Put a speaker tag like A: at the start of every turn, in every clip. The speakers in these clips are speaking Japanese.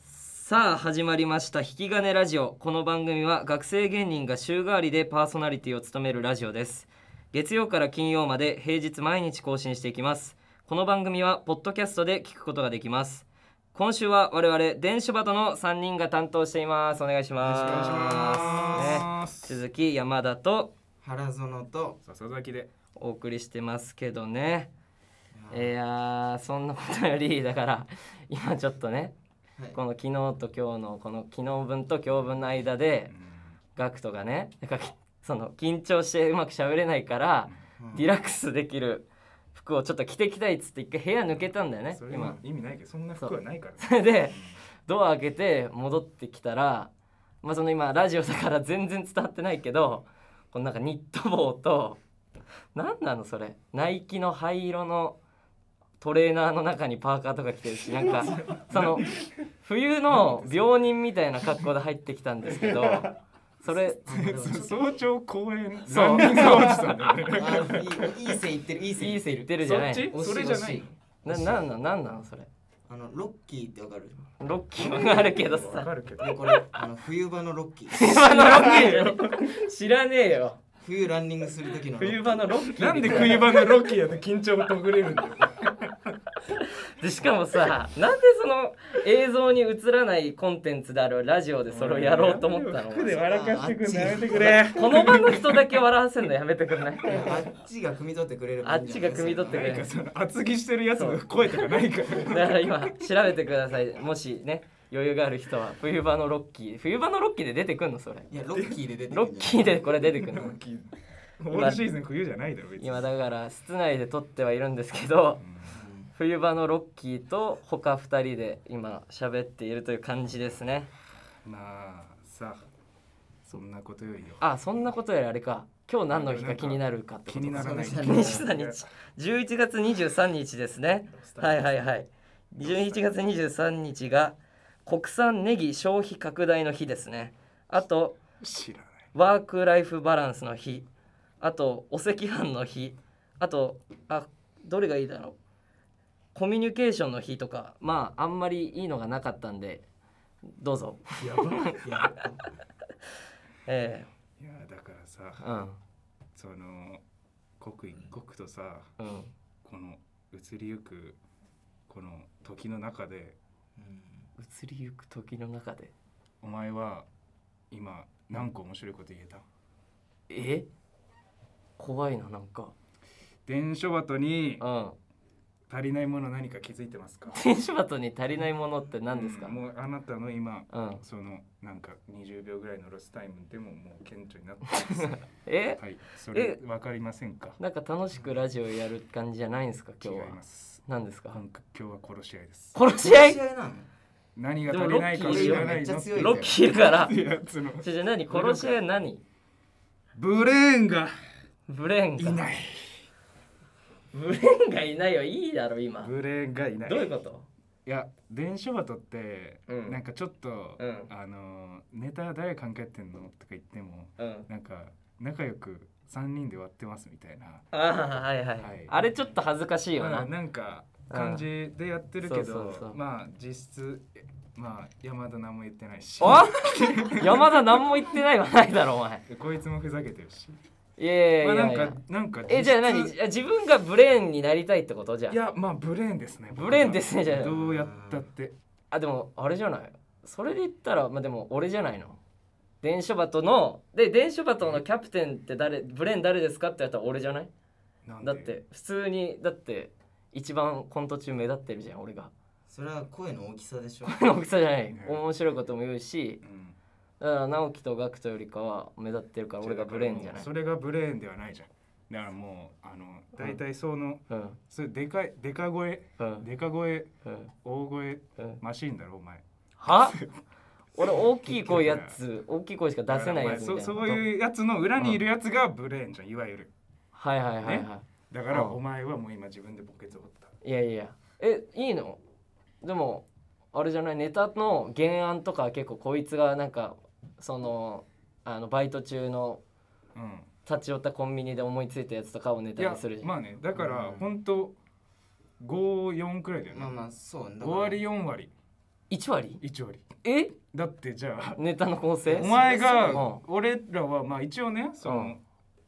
A: さあ始まりました「引き金ラジオ」この番組は学生芸人が週替わりでパーソナリティを務めるラジオです月曜から金曜まで平日毎日更新していきますこの番組はポッドキャストで聞くことができます今週は我々電子バトの3人が担当していますお願いします
B: お願いしま
A: ね、
B: す。
A: 鈴木山田と
B: 原園と
C: 笹崎で
A: お送りしてますけどねいやーそんなことよりだから今ちょっとね
B: はい
A: この昨日と今日のこの昨日分と今日分の間でガクトがねなんかきその緊張してうまく喋れないから
B: うん
A: リラックスできる服をちょっと着てきたいっつって一回部屋抜けたんだよね
C: それ
A: 今
C: は意味ないけどそんな服はないからね
A: それ でドア開けて戻ってきたらまあその今ラジオだから全然伝わってないけどこのなんかニット帽と何なのそれナイキの灰色のトレーナーの中にパーカーとか着てるしなんかその冬の病人みたいな格好で入ってきたんですけどそれ
C: 早朝公園
A: そう
C: ランニングおじさんだね
B: あーいいいい線いってるいい線
A: いい線いってるじ
C: そ
A: ゃな
C: っ
A: い
C: ち
B: 惜しい
C: それじゃない
A: ななんなのなんなのそれ
B: あのロッキーってわかる
A: ロッキーはあるけど
C: わ
A: さ
C: かるけど
B: これあの冬場のロッキー
A: 今のロッキー知らねえよ
B: 冬ランニングする時のロッキー
A: 冬場のロッキー
C: なんで冬場のロッキーやと緊張がほぐれるんだよ
A: でしかもさなんでその映像に映らないコンテンツであるラジオでそれをやろうと思ったの
C: 服で笑かしてくんの
B: あっち
C: やめてくれ
A: この場の人だけ笑わせるのやめてくんない
B: いやあっちが汲み取ってくれる
A: あっちが汲み取ってくれ
C: なんかその厚着してるやつの声とかないから
A: だから今調べてくださいもしね余裕がある人は冬場のロッキー冬場のロッキーで出てくんのそれ
B: いやロッキーで出てく
A: ロ
B: るん
A: ッ
B: じ
A: キーでこれ出てくん
C: ロ
A: の
C: ッキーオールシーズン冬じゃないだろ別に
A: 今だから室内で撮ってはいるんですけど冬場のロッキーと他2人で今喋っているという感じですね
C: まあさそんなことよりよ
A: あそんなことよりあれか今日何の日か気になるかってこと
C: 気にならない
B: そうです
A: 23日11月23日ですねはいはいはい11月23日が国産ネギ消費拡大の日ですねあと
C: 知らない
A: ワーク・ライフ・バランスの日あとお赤飯の日あとあどれがいいだろうコミュニケーションの日とかまああんまりいいのがなかったんでどうぞ
C: やばいや
A: え
C: いやだからさ
A: えうん
C: その刻一刻とさ
A: うん
C: この移りゆくこの時の中で
A: 移りゆく時の中で
C: お前は今何個面白いこと言えた
A: え怖いななんか
C: 伝書鳩に
A: うん
C: 足りないもの何か気づいてますか
A: 天使バトに足りないものって何ですか、
C: うんもうあなたの今
A: うん
C: そのなんか20秒ぐらいのロスタイムでももう顕著になってます
A: え
C: はいそれわかりませんか
A: なんか楽しくラジオやる感じじゃないんですか
C: 違い
A: 今日は
C: ます
A: 何ですか
C: 今今日は殺し合いです
A: 殺
B: ゃ
A: し合
B: ない試合なの
C: 何が足りないか知らないのって
B: でも
A: ロッキーから
C: いやその
A: じゃ何殺し合い何
C: ブレーンが
A: ブレン
C: い
A: が
C: ない
A: ブレンがいないよいいだろ今
C: ブレーンがいない
A: どういうこと
C: いや電書バトって、
A: うん
C: なんかちょっと、
A: うん
C: あのーネタ誰考えてんのとか言っても
A: うん
C: なんか仲良く三人で割ってますみたいな
A: ああはいはい、
C: はい
A: あれちょっと恥ずかしいよ
C: ま
A: な、
C: あなんか感じでやってるけど、
A: そうそうそう
C: まあ実質えまあ山田何も言ってないし
A: お山田何も言ってないはないだろお前
C: でこいつもふざけてるし
A: いやいやい
C: まあ
A: や
C: ないん
A: や、
C: かなんか
A: えじゃあ何
C: 実質
A: じゃあ自分がブレーンになりたいってことじゃあ
C: いやまあブレーンですね
A: ブレーンですねじゃない
C: どうやったって
A: あでもあれじゃないそれで言ったらまあでも俺じゃないの電書バトので電書バトのキャプテンって誰ブレン誰ですかってやったら俺じゃない
C: なん
A: だ
C: で
A: って普通にだって一番コント中目立ってるじゃん俺が
B: それは声の大きさでしょ
A: 大きさじゃない
C: ね
A: 面白いことも言うし
C: うん
A: だから直樹とガクトよりかは目立ってるから俺がブレーンじゃない
C: それがブレーンではないじゃんだからもうあの大体その、
A: うん
C: それでかいでか声
A: うん
C: でか声
A: うん
C: 大声
A: うん
C: マシーンだろお前
A: は俺大きい声やつ大きい声しか出せないやつみたいな
C: だからお前そそういうやつの裏にいるやつがブレーンじゃんいわゆる
A: はいはいはいはい、
C: ねだから
A: うん
C: お前はもう今自分でボケツをった
A: いやいやえいいのでもあれじゃないネタの原案とかは結構こいつがなんかそのあのバイト中の
C: うん
A: 立ち寄ったコンビニで思いついたやつとかをネ
C: い
A: タ
C: や
A: にするじゃん、
C: まあねだから
B: うん
C: 本当五54くらいだよね、
B: まあまあそうだ
C: 5割4割
A: 1割
C: 1割
A: え
C: だってじゃあ
A: ネタの構成
C: お前
A: うん
C: が俺らはまあ一応ねその、
A: うん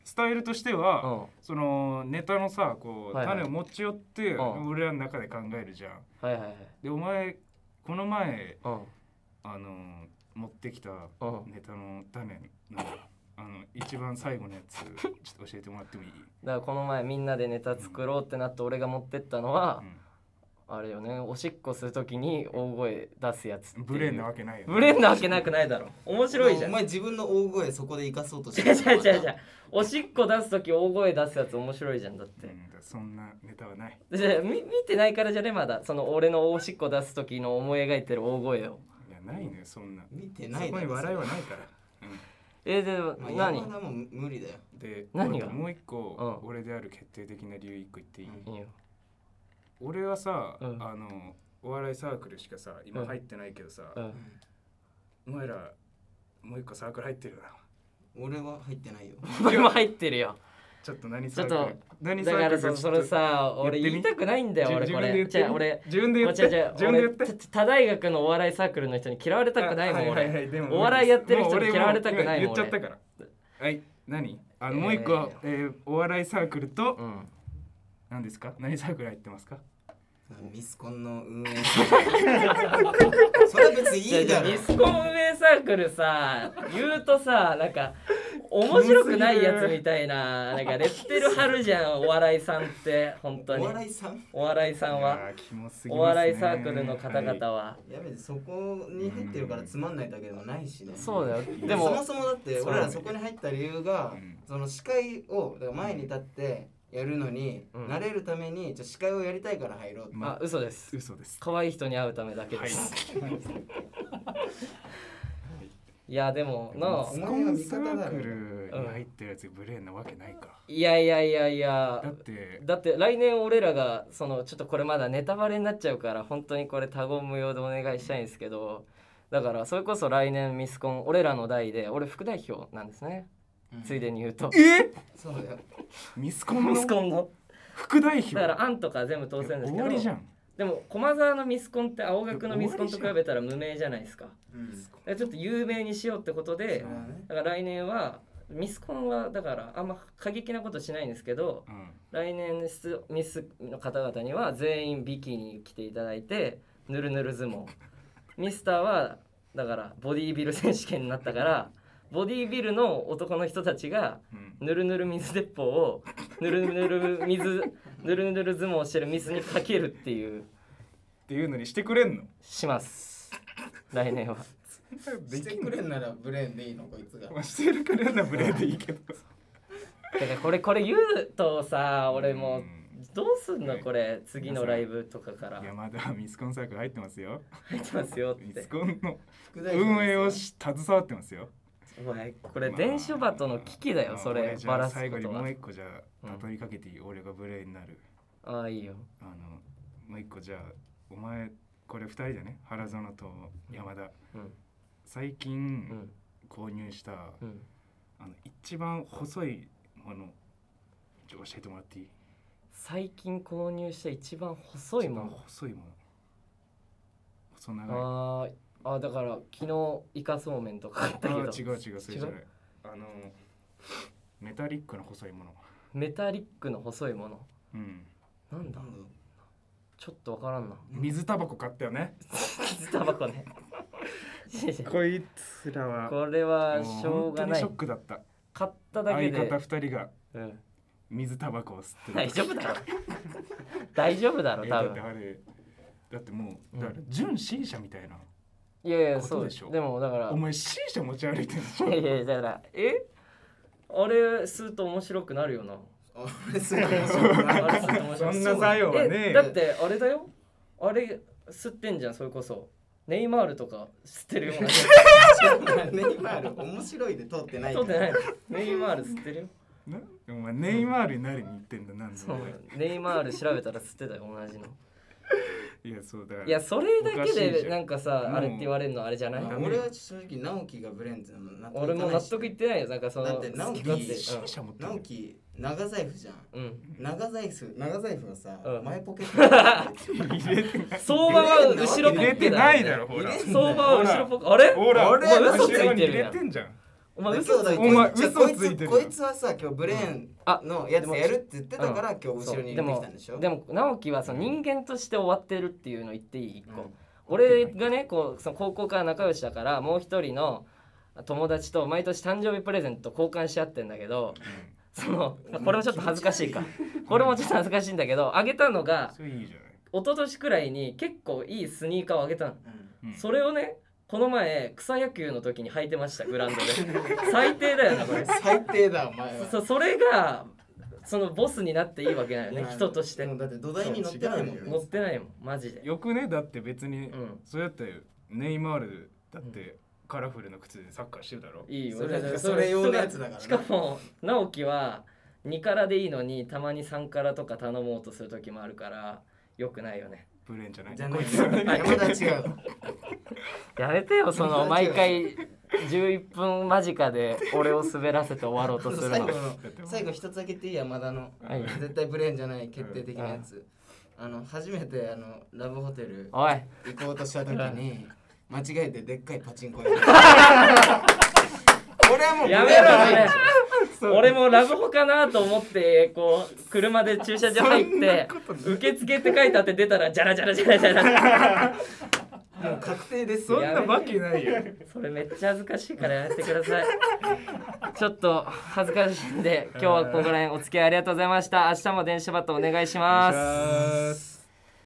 C: スタイルとして
A: う
C: は、
A: ん
C: そのネタのさこう、
A: はいはい
C: 種を持ち寄って、
A: うん
C: 俺らの中で考えるじゃん。
A: はいはいはい
C: でお前この前
A: うん
C: あの持ってきた
A: うん
C: ネタの種のあの一番最後のやつちょっと教えてもらってもいい、
A: だからこの前みんなでネタ作ろうってなって俺が持ってったのは、あれよねおしっこするときに大声出すやつってい
C: うん、
A: う
C: ブレーンなわけないよ、ね。
A: ブレんなわけなくないだろ面白いじゃん
B: お前自分の大声そこで生かそうとして
A: 違う違う違う違うおしっこ出す時大声出すやつ面白いじゃんだっ
C: う
A: て
C: ん、そんなネタはない。
A: でみ見てないからじゃねまだその俺のおしっこ出す時の思い描いてる大声を
C: いやないねそんな。
B: 見てない
C: そこに笑いはないから。うん
A: えでも
B: まあ
A: 何
B: 山田も無理だよ
C: で
A: 何が
C: 俺もう一個、
A: うん
C: 俺である決定的な理由一個言っていい、
B: うん
A: いいよ
C: 俺はさ、
A: うん
C: あのお笑いサークルしかさ
A: う
C: 今
A: ん
C: 入ってないけどさ、
A: うん
C: お前らもう一個サークル入ってるよな
B: 俺は入ってないよ
A: 俺も入ってるよ
C: ちょっと何
A: ち
C: サ
A: ょ
C: ー
A: っ
C: クル
A: と
C: 何サ
A: だ
C: ーク
A: か
C: ル
A: らそそれさ俺
C: 言って
A: 言
C: み
A: いたくないんだよ俺これ
C: 自
A: じゃあ
C: 分で
A: 俺
C: 言って自分で言って
A: 違う違う
C: 自分で言って
A: 俺た他大学のお笑いサークルの人に嫌われたくないもん
C: あはいはい
A: 俺
C: はいでも
A: お笑いやってる人に
C: もう俺
A: 嫌われたくないもん
C: 言っちゃったからはい何あの、もう一個は、えーお笑いサークルと、
A: うん
C: 何ですか何サークル入ってますか
B: ミスコンの運営それは別にいいだろ
A: ミスコン運営サークルさ言うとさなんか面白くないやつみたいななんかレッテル貼るじゃんお笑いさんって本当
B: お
A: に
B: 笑いさん
A: お笑いさんはい
C: やーキモすぎますね
A: お笑いサークルの方々は、
B: やべえそこに入ってるからつまんないだけでもないしね
A: そうだよで
B: でもそ
A: も
B: もそもだって
C: そう
B: 俺らそこに入った理由が
C: うん
B: その司会をだから前に立ってやるのに
A: うん
B: 慣れるためにじゃあ司会をやりたいから入ろうって
C: ま
A: あ嘘です
C: 嘘です
A: 可愛い人に会うためだけ
C: は
A: で
C: い
A: す、い、やでもな
B: お
C: ス
B: 前
C: コン
B: は味
C: サ
B: 方だろ
C: ークルに入ってるやつブレーンなわけないか。
A: いやいやいやいや
C: だって、
A: だって来年俺らがそのちょっとこれまだネタバレになっちゃうから本当にこれ多言無用でお願いしたいんですけどだからそれこそ来年ミスコン俺らの代で俺副代表なんですね、
B: うん
A: ついでに言うと
C: え
B: そうだよ
C: ミスコン
A: ミ
C: の
A: スコンの
C: 副代表
A: だから案とか全部当選です
C: 終
A: けど
C: わりじゃん。
A: でも駒沢のミスコンって青学のミスコンと比べたら無名じゃないですかだからちょっと有名にしようってことで
B: そうだね
A: だから来年はミスコンはだからあんま過激なことしないんですけど
C: うん
A: 来年出ミスの方々には全員ビキに来ていただいてぬるぬる相撲ミスターはだからボディービル選手権になったからボディービルの男の人たちが
C: うん
A: ぬるぬる水鉄砲をぬるぬる水ぬるぬる相撲をしてるミスにかけるっていう
C: っていうのにしてくれ んの
A: します来年は
C: で
B: して
C: き
B: くれんならブレーンでいいのこいつが
C: まあ、してるくれんなブレーンでい いけど。
A: だからこれこれ言うとさ俺もうどうすんのこれ次のライブとかから
C: 山田はミスコンサークル入ってますよ。
A: 入ってますよっ
C: ミ
A: て
C: スコンの
B: 副代表
C: 運営をし携わってますよ。
A: お前これ電書バトの危機だよ
C: まあ
A: そ
C: 俺
A: れ
C: じゃあ
A: バラす
C: 最後
A: こ
C: に
A: と
C: も
A: は
C: う一個じゃあ
A: うん
C: 畳みかけていい、俺がブレーンになる。
A: ああいいよ
C: あのもう一個じゃあお前これ二人だね原園と山田、
A: うん
C: 最近
A: うん
C: 購入した、
A: うん
C: あの一番細いものちょ教えてもらっていい
A: 最近購入した一番細いも
C: 一
A: ん
C: 番細いもの細長い
A: あーあだから昨日イカそうめんとか買った
C: あ
A: け
C: 違う
A: ど
C: 違うそれじゃないあのメタリックの細いもの
A: メタリックの細いもの
C: うん
A: なんだ
B: なんだろう
A: ちょっとわからんな
C: 水タバコ買ったよね
A: 水タバコね
C: こいつらは
A: これは
C: も
A: しょう
C: 本当
A: が
C: に
A: な
C: シ
A: い
C: ョックだった
A: 買っただけ
C: 相
A: で
C: 方二人が
A: うん
C: 水タバコを吸って
A: 大丈夫だろ 大丈夫だろ
C: え
A: 多
C: だって
A: 分
C: あれだっても
A: う
C: うんだから純 C 社みたいな、
A: いやいや
C: こ
A: そ
C: と
A: う
C: で
A: で
C: しょ
A: もだから
C: お前 C 社持ち歩 いてるでし
A: い
C: ょ
A: やいやいやだからえあれ吸うと面白くなるよな
B: あ俺すごい面
A: あれ吸う
B: 白
A: と
B: い
A: 面白くな
C: そんな
A: る
C: 作用はね
A: え
C: え
A: だ
C: よ
A: ってあれだよあれ吸ってんじゃんそれこそネイマールとか吸ってる ような
B: ネイマール面白いで通ってない
A: そうじゃ
B: から
A: ないのネイマール吸ってるよ
C: なお前ネイマールになりに行ってんだなんで
A: そ
C: お
A: う
C: 前
A: ネイマール調べたら吸ってたよ同じの
C: いやそうだから
A: いやそれだ
C: おか
A: け
C: しい
A: で
C: じゃん
A: なんかさあれっ
C: も
A: て
C: う
A: 言われるのあれじゃない
B: まあ俺は正直直樹がブレーンズなの納得いか
A: 俺
B: ないし
A: も納得いってないよなんかその
B: だって直樹
A: 好き勝手
C: で C 社持ってる
B: 直樹長財布じゃん
A: うん
B: 長財布長財布はさ、
A: うん
B: 前ポケットに入ってる
C: 入れてない
A: 相場は後ろポケ
C: 入れ
A: ット
C: て
A: だ
C: ない
A: よ
C: だ
A: ね
C: ろほら
B: 入れて
A: 相場は後ろポケットあれ
C: ほら
A: お前
B: 俺
A: 嘘つ
C: 後ろ
A: い
C: に
A: て
C: 入
A: る
C: れ
A: やん
C: てん じゃん
A: お前
B: 今
A: 嘘
B: 日
A: つ
B: だ
A: い
B: ってて
A: る
C: お前
B: じゃあ
C: 嘘
B: こい
C: つい
B: つ
C: てる
B: こいつはさ今日ブレーン
A: あ
B: のやつやるって言ってたから、
A: う
B: 今日後ろに入れてきたんでしょ
A: でも直樹はその人間として終わってるっていうの言っていい一個、
B: うん
A: 俺がねこうその高校から仲良しだからもう一人の友達と毎年誕生日プレゼント交換し合ってんだけどそのこれもちょっと恥ずかしいかこれもちょっと恥ずかしいんだけどあげたのが
C: それいいじゃない
A: 一昨年くらいに結構いいスニーカーをあげたの
B: うん
C: うん
A: それをねこの前草野球の時に履いてましたグラウンドで 最低だよなこれ
B: 最低だお前は
A: そそれがそのボスになっていいわけないよね
B: いや
A: 人として
B: もうだって土台に乗ってないもんね
C: そう違う
A: 乗ってないもんマジで
C: よくねだって別に、
A: うん
C: そうやってネイマールだってカラフルな靴でサッカーしてるだろ
A: いいよ
B: それ
A: 俺
B: それ用のやつだからな
A: しかも直樹は2からでいいのにたまに3からとか頼もうとする時もあるからよくないよね
C: ブレーンじゃない
B: じゃない
C: こいつ
B: 山田は違う
A: やめてよそ の
B: 間違
A: 毎
B: い
A: 回11分間近で俺を滑らせて終わろうとする
B: 最後
A: の
B: の最後一つだけ言っていい山田の
A: はい
B: 絶対ブレーンじゃない決定的なやつあの初めてあのラブホテル
A: おい
B: 行こうとした時に間違えてでっかいパチ ンコやったこれはもうブレ
A: や
B: ーン
A: め
B: じゃない
A: ろそれ俺もラブホかなと思ってこう車で駐車場入って受付って書いてあって出たらジャラジャラジャラジャラ
B: もう確定です
C: そ
B: よ
C: んなわけないよ
A: それめっちゃ恥ずかしいからやめてくださ いちょっと恥ずかしいんで今日はここら辺お付き合いありがとうございました明日も電子バットお願いします
C: お願いします